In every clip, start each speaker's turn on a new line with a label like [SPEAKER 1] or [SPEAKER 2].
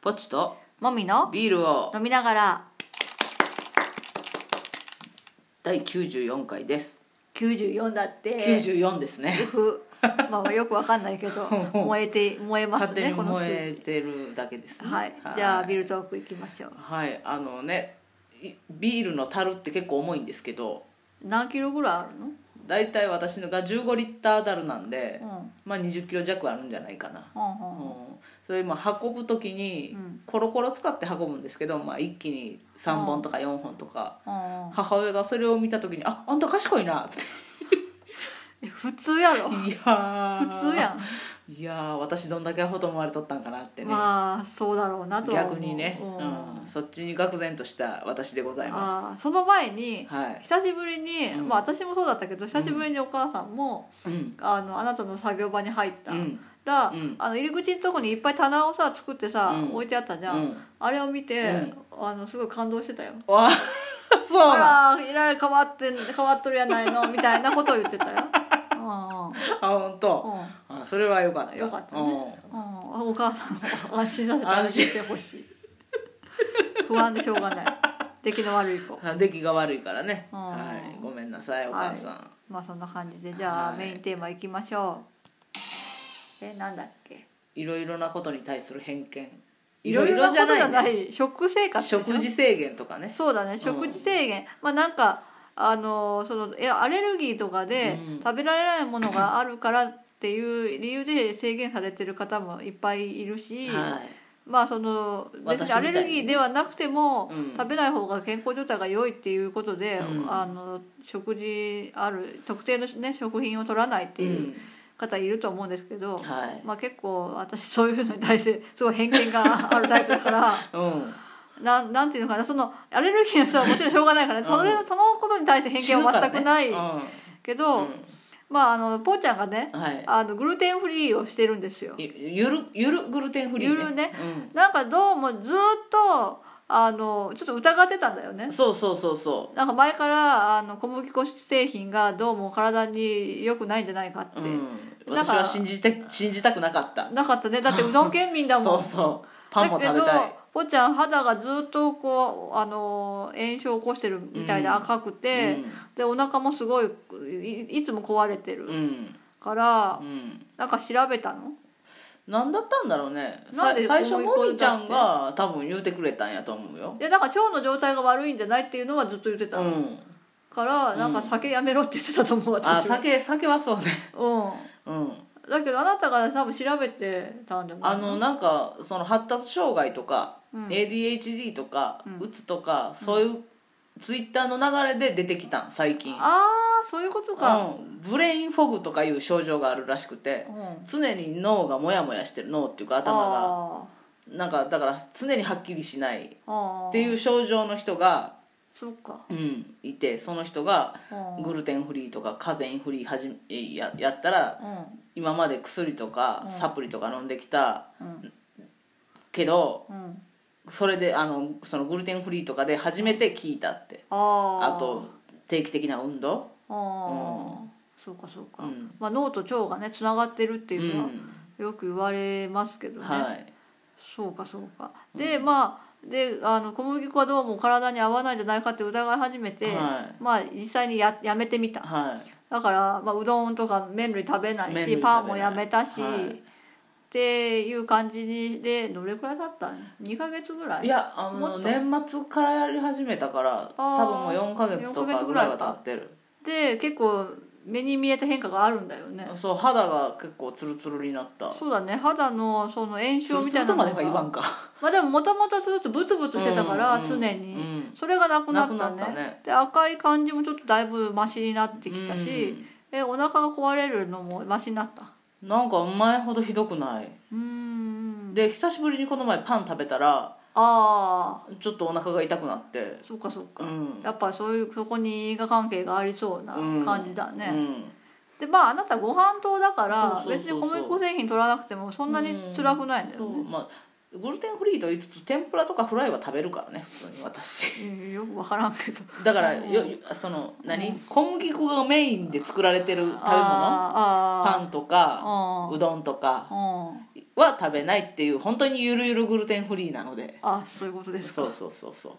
[SPEAKER 1] ポチと
[SPEAKER 2] もみの
[SPEAKER 1] ビールを
[SPEAKER 2] 飲みながら
[SPEAKER 1] 第94回です
[SPEAKER 2] 94だって
[SPEAKER 1] 94ですね
[SPEAKER 2] ふまあよくわかんないけ ど燃えて燃えます
[SPEAKER 1] 勝手
[SPEAKER 2] ね
[SPEAKER 1] に
[SPEAKER 2] この
[SPEAKER 1] 燃
[SPEAKER 2] 数
[SPEAKER 1] え
[SPEAKER 2] 字
[SPEAKER 1] てるだけですね
[SPEAKER 2] はいじゃあビールトークいきましょう
[SPEAKER 1] はいあのねいビールの樽って結構重いんですけど
[SPEAKER 2] 何キロぐらいあるの
[SPEAKER 1] 大体私のが15リッター樽なんで、
[SPEAKER 2] うん
[SPEAKER 1] まあ2 0キロ弱あるんじゃないかな、
[SPEAKER 2] うんうん
[SPEAKER 1] うんそれも運ぶ時に
[SPEAKER 2] うん
[SPEAKER 1] コロコロ使って運ぶんですけど、まあ、一気に3本とか4本とか、
[SPEAKER 2] うんうん
[SPEAKER 1] 母親がそれを見た時に「ああんた賢いな」って
[SPEAKER 2] え普通やろ
[SPEAKER 1] いや
[SPEAKER 2] 普通やん
[SPEAKER 1] んいやー私どんだけアホと思われとったんかなってね、
[SPEAKER 2] まあそうだろうなとは思う
[SPEAKER 1] 逆にね、
[SPEAKER 2] うん
[SPEAKER 1] うん、そっちに愕然とした私でございま
[SPEAKER 2] あーその前に
[SPEAKER 1] すはい、
[SPEAKER 2] 久しぶりに、
[SPEAKER 1] うん
[SPEAKER 2] まあ私もそうだったけど久しぶりにお母さんも、
[SPEAKER 1] うん
[SPEAKER 2] あのあなたの作業場に入った
[SPEAKER 1] うん
[SPEAKER 2] ら、
[SPEAKER 1] うん
[SPEAKER 2] あの入り口のとこにいっぱい棚をさ作ってさ、
[SPEAKER 1] うん
[SPEAKER 2] 置いてあったじゃん、
[SPEAKER 1] うん
[SPEAKER 2] あれを見て、
[SPEAKER 1] うん
[SPEAKER 2] あのすごい感動してたよ。
[SPEAKER 1] わあそうなん
[SPEAKER 2] あらいらい変わってん変わっとるやないのみたいなことを言ってたよ。う
[SPEAKER 1] あ本当、
[SPEAKER 2] んうん
[SPEAKER 1] あそれはよかった
[SPEAKER 2] よかったね
[SPEAKER 1] うん
[SPEAKER 2] うん、お母さんを安心させて安心してほし い不安でしょうがない出来の悪い子
[SPEAKER 1] あ出来が悪いからね、
[SPEAKER 2] うん
[SPEAKER 1] はい、ごめんなさいお母さん、
[SPEAKER 2] まあそんな感じでじゃあ、
[SPEAKER 1] はい
[SPEAKER 2] メインテーマいきましょうえなんだっけ
[SPEAKER 1] い、ろいろなことに対する偏見
[SPEAKER 2] いろいろなことじゃない
[SPEAKER 1] ね
[SPEAKER 2] 食生活でしょ
[SPEAKER 1] 食事制限とかね
[SPEAKER 2] そうだね食事制限、まあなんかあのそのいやアレルギーとかで
[SPEAKER 1] うん
[SPEAKER 2] 食べられないものがあるからっていう理由で制限されてる方もいっぱいいるし、
[SPEAKER 1] はい
[SPEAKER 2] まあその
[SPEAKER 1] 私
[SPEAKER 2] 別
[SPEAKER 1] み
[SPEAKER 2] に
[SPEAKER 1] た
[SPEAKER 2] ア
[SPEAKER 1] いに
[SPEAKER 2] レルギーではなくても、
[SPEAKER 1] うん
[SPEAKER 2] 食べない方が健康状態が良いっていうことで、
[SPEAKER 1] うん
[SPEAKER 2] あの食事ある特定の、ね、食品を取らないって
[SPEAKER 1] う
[SPEAKER 2] いうん方いると思うんですけど、
[SPEAKER 1] はい
[SPEAKER 2] まあ、結構私そういうのに対してすごい偏見があるタイプだから。
[SPEAKER 1] うん
[SPEAKER 2] なんなんていうのかなそのアレルギーの人はもちろんしょうがないから、
[SPEAKER 1] うん
[SPEAKER 2] それそのことに対して偏見は全くない
[SPEAKER 1] 死ぬからね
[SPEAKER 2] け
[SPEAKER 1] う
[SPEAKER 2] ど、
[SPEAKER 1] ん
[SPEAKER 2] まああのぽーちゃんがね
[SPEAKER 1] うんはい
[SPEAKER 2] あのグルテンフリーをしてるんですよ。
[SPEAKER 1] ゆゆるゆるグルテンフリー
[SPEAKER 2] ゆるね
[SPEAKER 1] うん
[SPEAKER 2] なんかどうもずっとあのちょっと疑ってたんだよね。
[SPEAKER 1] そうそうそうそ
[SPEAKER 2] なんか前からあの小麦粉製品がどうも体に良くないんじゃないかって、
[SPEAKER 1] う、うん、
[SPEAKER 2] なん
[SPEAKER 1] 私
[SPEAKER 2] か
[SPEAKER 1] は信じて信じたくなかった
[SPEAKER 2] なかったねだってうどん県民だも ん
[SPEAKER 1] そうそうパンも食べ
[SPEAKER 2] だ
[SPEAKER 1] た
[SPEAKER 2] け
[SPEAKER 1] い
[SPEAKER 2] どぽちゃん肌がずっとこうあの炎症を起こしてるみたいで
[SPEAKER 1] うん
[SPEAKER 2] 赤くて、でお腹もすごいいいつも壊れて
[SPEAKER 1] う
[SPEAKER 2] る
[SPEAKER 1] ん
[SPEAKER 2] から、
[SPEAKER 1] うん、うん
[SPEAKER 2] なんか調べたの
[SPEAKER 1] なんだったんだろうねさ
[SPEAKER 2] なんで
[SPEAKER 1] 最初
[SPEAKER 2] 思い
[SPEAKER 1] も
[SPEAKER 2] 込
[SPEAKER 1] み
[SPEAKER 2] ん
[SPEAKER 1] ちゃ
[SPEAKER 2] だって
[SPEAKER 1] んが多分言うてくれたんやと思うよ
[SPEAKER 2] いやなんか腸の状態が悪いんじゃないっていうのはずっと言って
[SPEAKER 1] う
[SPEAKER 2] た、
[SPEAKER 1] ん
[SPEAKER 2] から
[SPEAKER 1] うん
[SPEAKER 2] なんか酒やめろって言ってたと思う私は
[SPEAKER 1] あ酒酒はそうね
[SPEAKER 2] う
[SPEAKER 1] うん
[SPEAKER 2] んだけどあなたが多分調べてたんじゃない
[SPEAKER 1] あのなんかその発達障害とか、
[SPEAKER 2] うん
[SPEAKER 1] ADHD とか、
[SPEAKER 2] うん
[SPEAKER 1] うつとかそういうツイッターの流れで出てきたん最近
[SPEAKER 2] あーそういうことか、
[SPEAKER 1] うん、ブレインフォグとかいう症状があるらしくて
[SPEAKER 2] うん
[SPEAKER 1] 常に脳がモヤモヤしてる脳っていうか頭が
[SPEAKER 2] あ
[SPEAKER 1] なんかだから常にはっきりしないっ
[SPEAKER 2] ーあ
[SPEAKER 1] ていうう症状の人が、
[SPEAKER 2] そっか
[SPEAKER 1] うん、いてその人が
[SPEAKER 2] うん
[SPEAKER 1] グルテンフリーとかカゼインフリーはじめややったら今まで薬とか
[SPEAKER 2] うん
[SPEAKER 1] サプリとか飲んできた
[SPEAKER 2] うん
[SPEAKER 1] けど
[SPEAKER 2] うん
[SPEAKER 1] それであのそのグルテンフリーとかで初めて効いたって
[SPEAKER 2] あー
[SPEAKER 1] あと定期的な運動
[SPEAKER 2] あー、そうかそうか、
[SPEAKER 1] うん
[SPEAKER 2] まあ、脳と腸がねつながってるって
[SPEAKER 1] う
[SPEAKER 2] いうのは
[SPEAKER 1] ん
[SPEAKER 2] よく言われますけどね、
[SPEAKER 1] はい
[SPEAKER 2] そうかそうかで、まあであの小麦粉はどうも体に合わないんじゃないかって疑い始めて、
[SPEAKER 1] は
[SPEAKER 2] まあ実際にややめてみた
[SPEAKER 1] は
[SPEAKER 2] だから、まあ、うどんとか麺類食べないし
[SPEAKER 1] 麺類食べない
[SPEAKER 2] パンもやめたし、
[SPEAKER 1] はい
[SPEAKER 2] っていう感じにでどれくらい経ったん2ヶ月ぐらい
[SPEAKER 1] いやあ
[SPEAKER 2] も
[SPEAKER 1] の
[SPEAKER 2] っと
[SPEAKER 1] 年末からやり始めたから
[SPEAKER 2] あー
[SPEAKER 1] 多分もう4ヶ月とか
[SPEAKER 2] 4ヶ月
[SPEAKER 1] ぐ
[SPEAKER 2] ぐ
[SPEAKER 1] ら
[SPEAKER 2] ら
[SPEAKER 1] い
[SPEAKER 2] い
[SPEAKER 1] は
[SPEAKER 2] か
[SPEAKER 1] 経ってる
[SPEAKER 2] で結構目に見えた変化があるんだよね
[SPEAKER 1] そう肌が結構ツルツルになった
[SPEAKER 2] そうだね肌のその炎
[SPEAKER 1] ツ
[SPEAKER 2] 症
[SPEAKER 1] ル
[SPEAKER 2] み
[SPEAKER 1] ツ
[SPEAKER 2] たい
[SPEAKER 1] ルと
[SPEAKER 2] なの
[SPEAKER 1] ま
[SPEAKER 2] が
[SPEAKER 1] では言わんか
[SPEAKER 2] まあでももともとずっとブツブツしてたから、
[SPEAKER 1] うんうん
[SPEAKER 2] 常
[SPEAKER 1] うん
[SPEAKER 2] に、
[SPEAKER 1] うん
[SPEAKER 2] それがなくなったね
[SPEAKER 1] なくなったね
[SPEAKER 2] で赤い感じもちょっとだいぶマシになってきたし、えお腹が壊れるのもマシになった
[SPEAKER 1] うんなんか前ほどひどくないう
[SPEAKER 2] ーん
[SPEAKER 1] で久しぶりにこの前パン食べたら
[SPEAKER 2] ああ
[SPEAKER 1] ちょっとお腹が痛くなって
[SPEAKER 2] そうかそうか、
[SPEAKER 1] うん
[SPEAKER 2] やっぱそういうそこに因果関係がありそうな
[SPEAKER 1] うん
[SPEAKER 2] 感じだね、
[SPEAKER 1] うん
[SPEAKER 2] でまああなたご飯糖だから
[SPEAKER 1] そうそうそうそう
[SPEAKER 2] 別に小麦粉製品取らなくてもそんなに辛くないんだよ
[SPEAKER 1] そう
[SPEAKER 2] ね
[SPEAKER 1] まあグルテンフリーと言いつつ天ぷらとかフライは食べるからね普通に私
[SPEAKER 2] うんよく分からんけど
[SPEAKER 1] だから
[SPEAKER 2] うん
[SPEAKER 1] よその何小麦粉がメインで作られてる食べ物パ
[SPEAKER 2] あー
[SPEAKER 1] ンとか
[SPEAKER 2] あー
[SPEAKER 1] うどんとか
[SPEAKER 2] うんうん
[SPEAKER 1] は食べないっていう本当にゆるゆるグルテンフリーなので
[SPEAKER 2] あそういうことですか
[SPEAKER 1] そうそうそうそう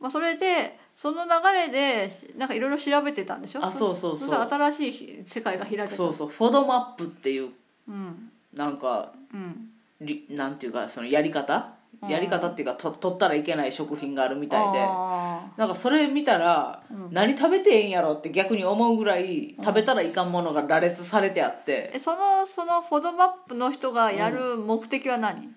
[SPEAKER 2] まあ、それでその流れでなんかいろいろ調べてたんでしょ
[SPEAKER 1] あそうそうそう
[SPEAKER 2] したら新しい世界が開けた
[SPEAKER 1] そうそうフォドマップっていう
[SPEAKER 2] うん
[SPEAKER 1] なんか
[SPEAKER 2] うん
[SPEAKER 1] りなんていうかそのやり方
[SPEAKER 2] うん
[SPEAKER 1] やり方っていうかと取ったらいけない食品があるみ
[SPEAKER 2] み
[SPEAKER 1] たいでなんかそれ見たら、何食べてええんやろって逆に思うぐらい食べたらいかんものが羅列されてあって、
[SPEAKER 2] えそのそのフォドマップの人がやる目的は何、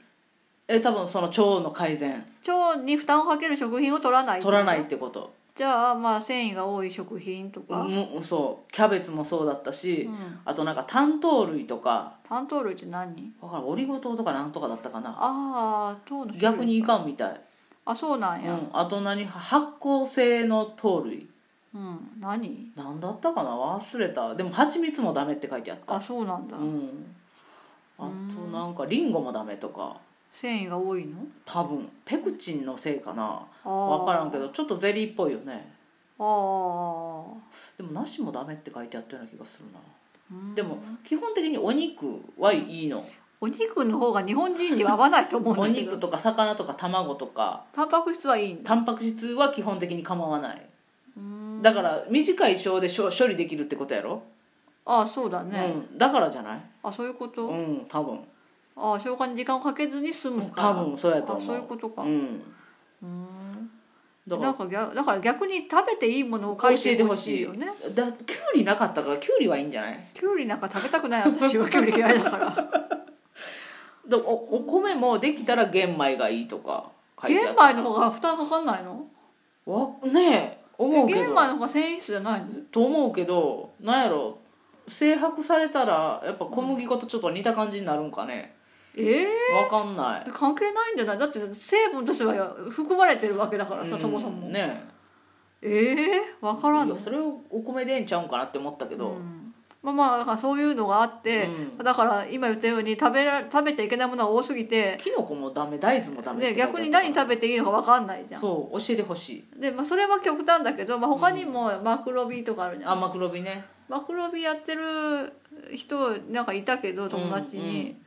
[SPEAKER 1] え多分その腸の改善
[SPEAKER 2] 腸に負担をかける食品を取らない
[SPEAKER 1] 取らないってこと
[SPEAKER 2] じゃあまあ繊維が多い食品とか、
[SPEAKER 1] もそうキャベツもそうだったし、
[SPEAKER 2] うん
[SPEAKER 1] あとなんか単糖類とか
[SPEAKER 2] 担当類って何
[SPEAKER 1] わからんオリゴ糖とかなんとかだったかな
[SPEAKER 2] ああ糖の種類
[SPEAKER 1] 逆にいかんみたい、
[SPEAKER 2] あそうなん
[SPEAKER 1] う
[SPEAKER 2] や
[SPEAKER 1] ん、あと何発酵性の糖類
[SPEAKER 2] うん、何
[SPEAKER 1] なんだったかな忘れたでも蜂蜜もダメって書いてあった
[SPEAKER 2] あそうなんだ、
[SPEAKER 1] うんあとなんかリンゴもダメとか
[SPEAKER 2] 繊維が多いの
[SPEAKER 1] 多分ペクチンのせいかな
[SPEAKER 2] あ
[SPEAKER 1] 分からんけ
[SPEAKER 2] ど
[SPEAKER 1] どちょっとゼリーっぽいよね
[SPEAKER 2] ああ
[SPEAKER 1] でも梨もダメって書いてあったような気がするな
[SPEAKER 2] うん
[SPEAKER 1] でも基本的にお肉はいいの
[SPEAKER 2] お肉の方が日本人には合わないと思うん
[SPEAKER 1] お
[SPEAKER 2] だけど
[SPEAKER 1] 肉とか魚とか卵とか
[SPEAKER 2] タンパク質はいいんだ
[SPEAKER 1] タンパク質は基本的に構わない
[SPEAKER 2] うん
[SPEAKER 1] だから短い章で処処理できるってことやろ、
[SPEAKER 2] ああそうだね、
[SPEAKER 1] うん、だからじゃない
[SPEAKER 2] あそういうこと、
[SPEAKER 1] うん多分
[SPEAKER 2] ああ消化に時間をかけずに済むから
[SPEAKER 1] 多分そうやと思う
[SPEAKER 2] あそういうことか
[SPEAKER 1] うん
[SPEAKER 2] うん
[SPEAKER 1] だ
[SPEAKER 2] だ
[SPEAKER 1] か
[SPEAKER 2] からら逆だから逆に食べていいものを
[SPEAKER 1] 教
[SPEAKER 2] 書
[SPEAKER 1] え
[SPEAKER 2] い
[SPEAKER 1] て
[SPEAKER 2] て
[SPEAKER 1] ほ
[SPEAKER 2] ほ
[SPEAKER 1] し
[SPEAKER 2] し
[SPEAKER 1] い
[SPEAKER 2] いよね
[SPEAKER 1] だきゅうりなかったからきゅうりはいいんじゃない
[SPEAKER 2] きゅうりなんか食べたくない 私はきゅうり嫌いだから
[SPEAKER 1] でおお米もできたら玄米がいいとか書いてあ
[SPEAKER 2] 玄
[SPEAKER 1] った
[SPEAKER 2] 米の方が負担かかんないの
[SPEAKER 1] わねえ思う
[SPEAKER 2] 玄
[SPEAKER 1] け
[SPEAKER 2] 米の
[SPEAKER 1] ど
[SPEAKER 2] 方が繊維質じゃないの
[SPEAKER 1] と思うけどなんやろ制白されたらやっぱ小麦粉とちょっと似た感じになるんかね
[SPEAKER 2] ええ
[SPEAKER 1] わかんない
[SPEAKER 2] 関係ないんじゃないだって成分としては含まれてるわけだからさ、
[SPEAKER 1] うん
[SPEAKER 2] そもそも、
[SPEAKER 1] ね
[SPEAKER 2] ええわ
[SPEAKER 1] え
[SPEAKER 2] からん
[SPEAKER 1] い
[SPEAKER 2] の
[SPEAKER 1] やそれをお米でええんちゃうんかなって思ったけど、
[SPEAKER 2] うんまあまあだからそういうのがあって、
[SPEAKER 1] う
[SPEAKER 2] だから今言ったように食べら食べちゃいけないものが多すぎて、
[SPEAKER 1] キノコもダメ大豆もダメ
[SPEAKER 2] ね、逆に何食べていいのか分かんないじ
[SPEAKER 1] べ
[SPEAKER 2] ゃ
[SPEAKER 1] そう教えてほしい
[SPEAKER 2] んで、まあ、それは極端だけど、まあ、他にもマクロビとかあるじゃん、
[SPEAKER 1] あマクロビね
[SPEAKER 2] マクロビやってる人なんかいたけど友達に、
[SPEAKER 1] うん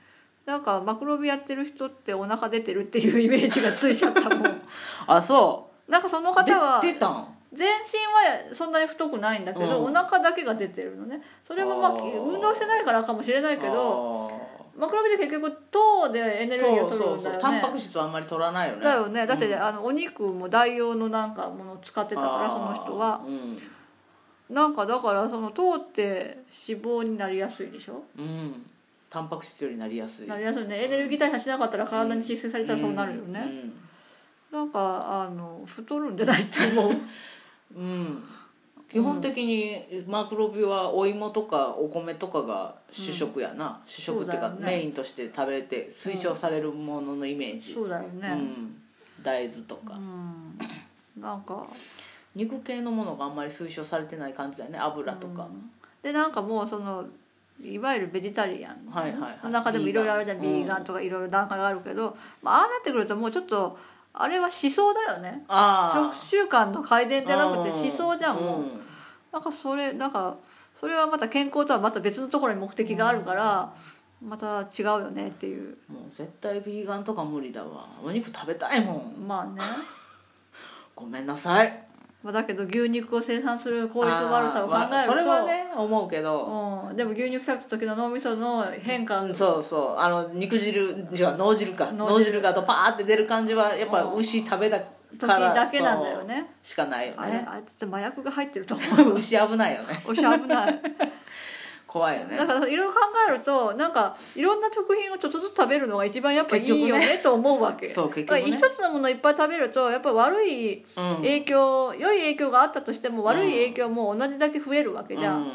[SPEAKER 2] なんかマクロビやってる人ってお腹出てるっていうイメージがついちゃったも ん
[SPEAKER 1] あそ
[SPEAKER 2] なんかそうの方は
[SPEAKER 1] で出たん
[SPEAKER 2] 全身はそんなに太くないんだけど、
[SPEAKER 1] うん
[SPEAKER 2] お腹だけが出てるのねそれはまあ
[SPEAKER 1] あー
[SPEAKER 2] 運動してないからかもしれないけどマクロビで結局糖でエネ
[SPEAKER 1] あー
[SPEAKER 2] ルギーを
[SPEAKER 1] そう
[SPEAKER 2] 取る
[SPEAKER 1] そ
[SPEAKER 2] ん
[SPEAKER 1] う
[SPEAKER 2] だ
[SPEAKER 1] そ
[SPEAKER 2] よ
[SPEAKER 1] う
[SPEAKER 2] ね
[SPEAKER 1] タンパク質はあんまり取らないよね
[SPEAKER 2] だよねだってね、
[SPEAKER 1] うん
[SPEAKER 2] あのお肉も代用のなんかものを使ってたからその人は
[SPEAKER 1] あー
[SPEAKER 2] なんかだからその糖って脂肪になりやすいでしょ
[SPEAKER 1] うん、うん、タンパク質よりなりやすい
[SPEAKER 2] なりやすいねエネルギー代謝しなかったら体に蓄積されたらそうなるよね、なんかあの太るんじゃないと思う
[SPEAKER 1] うん、うんうん基本的にマクロビはお芋とかお米とかが主食やな、主食っていうか
[SPEAKER 2] そうだよね
[SPEAKER 1] メインとして食べて推奨されるもののイメージ、
[SPEAKER 2] そうだよ
[SPEAKER 1] う
[SPEAKER 2] ね
[SPEAKER 1] ん大豆と
[SPEAKER 2] う
[SPEAKER 1] か、
[SPEAKER 2] ん、なんか
[SPEAKER 1] 肉系のものがあんまり推奨されてない感じだよね油とか、
[SPEAKER 2] でなんかもうそのいわゆるベジタリアン
[SPEAKER 1] はいはいはい
[SPEAKER 2] の中でもいろいろあるじゃん
[SPEAKER 1] ビ
[SPEAKER 2] ビ
[SPEAKER 1] ーガン
[SPEAKER 2] ーガンとかいろいろ段階があるけど、まあああなってくるともうちょっとあれは思想だよね
[SPEAKER 1] ああ
[SPEAKER 2] 食習慣の改善じゃなくて思想じゃんもう、
[SPEAKER 1] ん
[SPEAKER 2] なんかそれなんかそれはまた健康とはまた別のところに目的があるから、また違うよねっていう
[SPEAKER 1] もう絶対ビーガンとか無理だわお肉食べたいもん
[SPEAKER 2] まあね、
[SPEAKER 1] ごめんなさい
[SPEAKER 2] まあ、だけど牛肉を生産する効率の悪さを考えると、
[SPEAKER 1] あーそれはね思うけど、
[SPEAKER 2] うん、でも牛肉食べた時の脳みその変化
[SPEAKER 1] うんそうそうあの肉汁じゃあ脳汁か
[SPEAKER 2] 脳
[SPEAKER 1] 脳汁がとパーって出る感じはやっぱ
[SPEAKER 2] うん
[SPEAKER 1] 牛食べたか
[SPEAKER 2] 時
[SPEAKER 1] ら
[SPEAKER 2] だけなんだよね
[SPEAKER 1] そうしかないよ
[SPEAKER 2] あれ
[SPEAKER 1] ね
[SPEAKER 2] あいつ麻薬が入ってると思
[SPEAKER 1] 牛危ないよ ね
[SPEAKER 2] うおしゃ危ない
[SPEAKER 1] 怖いよ
[SPEAKER 2] だ
[SPEAKER 1] ね
[SPEAKER 2] からいろいろ考えるとなんかいろんな食品をちょっとずつ食べるのが一番やっぱいいよ
[SPEAKER 1] 結
[SPEAKER 2] ねと思うわけ
[SPEAKER 1] そう結
[SPEAKER 2] だから
[SPEAKER 1] 局ね
[SPEAKER 2] 一つのものをいっぱい食べるとやっぱ悪い
[SPEAKER 1] うん
[SPEAKER 2] 影響、良い影響があったとしても悪い影響も同じだけ増えるわけじゃん、
[SPEAKER 1] うん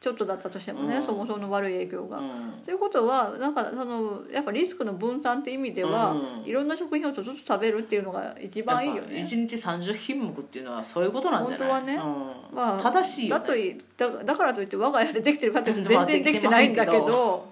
[SPEAKER 2] ちょっとだったとしてもね、
[SPEAKER 1] うん
[SPEAKER 2] そもそもの悪い影響が。
[SPEAKER 1] うん
[SPEAKER 2] ということはなんかそのやっぱリスクの分散って意味では、
[SPEAKER 1] うん
[SPEAKER 2] いろんな食品をちょっとずつ食べるっていうのが一番いいよね。
[SPEAKER 1] 1日30品目っていうのはそういうことなんじゃない
[SPEAKER 2] 本当は
[SPEAKER 1] うん
[SPEAKER 2] まあ、
[SPEAKER 1] 正しいよ
[SPEAKER 2] だ
[SPEAKER 1] ね
[SPEAKER 2] といだだからといって我が家でできてるかっていうと全然できてないんだけど、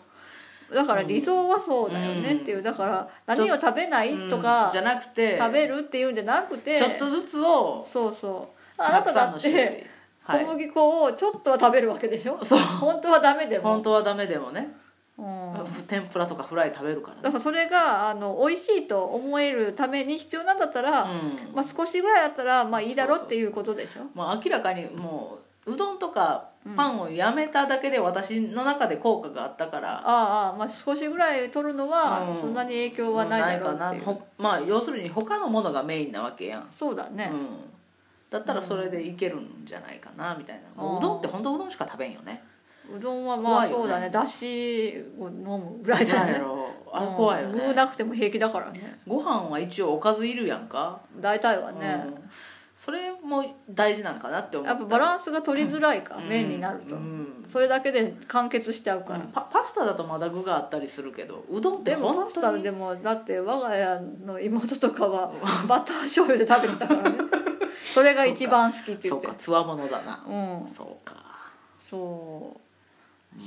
[SPEAKER 2] だから理想はそうだよねっていう、だから何を食べないと
[SPEAKER 1] うん
[SPEAKER 2] か
[SPEAKER 1] じゃなくて
[SPEAKER 2] 食べるっていうんじゃなくて
[SPEAKER 1] ちょっとずつを
[SPEAKER 2] そうそうあ
[SPEAKER 1] た
[SPEAKER 2] な
[SPEAKER 1] く
[SPEAKER 2] た
[SPEAKER 1] さ
[SPEAKER 2] だ
[SPEAKER 1] んの
[SPEAKER 2] っ
[SPEAKER 1] 種
[SPEAKER 2] て
[SPEAKER 1] 類は
[SPEAKER 2] 小
[SPEAKER 1] い
[SPEAKER 2] 麦粉をちょっとは食べるわけでしょ
[SPEAKER 1] そう
[SPEAKER 2] 本当はダメでも
[SPEAKER 1] 本当はダメでもね
[SPEAKER 2] うん
[SPEAKER 1] 天ぷらとかフライ食べるから
[SPEAKER 2] だ
[SPEAKER 1] ね
[SPEAKER 2] からそれがあの美味しいと思えるために必要なんだったら、
[SPEAKER 1] うん
[SPEAKER 2] まあ、少しぐらいだったらまあいいだろうっていうことでしょ
[SPEAKER 1] まあ明らかにもううどんとかパンをやめただけで私の中で効果があったから、
[SPEAKER 2] ああああまあ少しぐらい取るのは
[SPEAKER 1] うん
[SPEAKER 2] そんなに影響はないだろうっていう、
[SPEAKER 1] ほまあ要するに他のものがメインなわけやん、
[SPEAKER 2] そうだね
[SPEAKER 1] う、ん、だったらそれでいけるんじゃないかなみたいな、もううどんって本当うどんしか食べんよね
[SPEAKER 2] うどんはま
[SPEAKER 1] 怖
[SPEAKER 2] あ
[SPEAKER 1] いよね
[SPEAKER 2] そうだねだしを飲むぐらいだ
[SPEAKER 1] なんや
[SPEAKER 2] ね
[SPEAKER 1] ろあれ怖いよ
[SPEAKER 2] うん具
[SPEAKER 1] ね
[SPEAKER 2] なくても平気だからね
[SPEAKER 1] ご飯は一応おかずいるやんか、
[SPEAKER 2] 大体はね、
[SPEAKER 1] うんそれも大事なんかなって思
[SPEAKER 2] やっぱバ
[SPEAKER 1] ン
[SPEAKER 2] ランスが取りづらいか、麺になると、それだけで完結しちゃうから、
[SPEAKER 1] パパスタだとまだ具があったりするけどうどんって
[SPEAKER 2] でも
[SPEAKER 1] 本
[SPEAKER 2] パスタ
[SPEAKER 1] 当に
[SPEAKER 2] でもだって我が家の妹とかはバター醤油で食べてたから ねそれが一番好きって言
[SPEAKER 1] そ
[SPEAKER 2] っ
[SPEAKER 1] う
[SPEAKER 2] て
[SPEAKER 1] かつわものだな、
[SPEAKER 2] うん
[SPEAKER 1] そうか
[SPEAKER 2] そう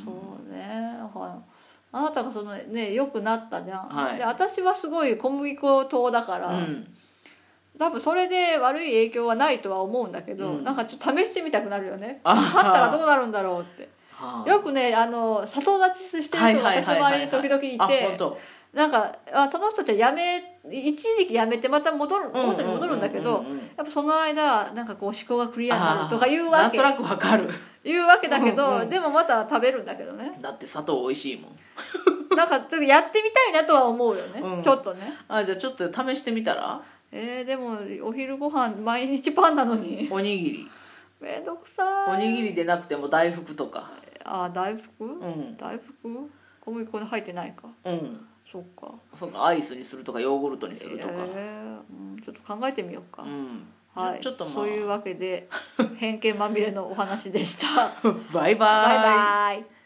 [SPEAKER 2] そうねだからあなたがそのね良くなったじゃん、
[SPEAKER 1] はい
[SPEAKER 2] で私はすごい小麦粉糖だから、
[SPEAKER 1] うん
[SPEAKER 2] 多分それで悪い影響はないとは思うんだけど、
[SPEAKER 1] うん
[SPEAKER 2] なんかちょっと試してみたくなるよね
[SPEAKER 1] あは
[SPEAKER 2] 勝
[SPEAKER 1] は
[SPEAKER 2] ったらどうなるんだろうって
[SPEAKER 1] はあ
[SPEAKER 2] よくねあの里立ちしてる人が私の周りに時々い
[SPEAKER 1] あ
[SPEAKER 2] て
[SPEAKER 1] 本当
[SPEAKER 2] なんかあその人たちは辞め一時期辞めてまた戻る元に戻るんだけど、
[SPEAKER 1] ううんうんうん
[SPEAKER 2] やっぱその間なんかこう思考がクリアになるとかいうわけ
[SPEAKER 1] あーなんとなくわかる
[SPEAKER 2] いうわけだけど、
[SPEAKER 1] うんうん
[SPEAKER 2] でもまた食べるんだけどね
[SPEAKER 1] だって砂糖美味しいもん
[SPEAKER 2] なんかちょっとやってみたいなとは思うよね、
[SPEAKER 1] うん
[SPEAKER 2] ちょっとね
[SPEAKER 1] あじゃあちょっと試してみたら
[SPEAKER 2] えー、でもお昼ご飯毎日パンなのに
[SPEAKER 1] おにぎり
[SPEAKER 2] めんどくさ
[SPEAKER 1] お
[SPEAKER 2] い
[SPEAKER 1] にぎりでなくても大福とか
[SPEAKER 2] あ大
[SPEAKER 1] う
[SPEAKER 2] 福、
[SPEAKER 1] ん
[SPEAKER 2] 大福小麦粉に入ってないか
[SPEAKER 1] うん
[SPEAKER 2] そっか
[SPEAKER 1] そうかアイスにするとかヨーグルトにするとか、
[SPEAKER 2] えーうん、ちょっと考えてみようか、
[SPEAKER 1] うん
[SPEAKER 2] はい、
[SPEAKER 1] ちょちょっとまあ
[SPEAKER 2] そう いうわけで偏見まみれのお話でした。
[SPEAKER 1] バイバイ
[SPEAKER 2] バイバイ。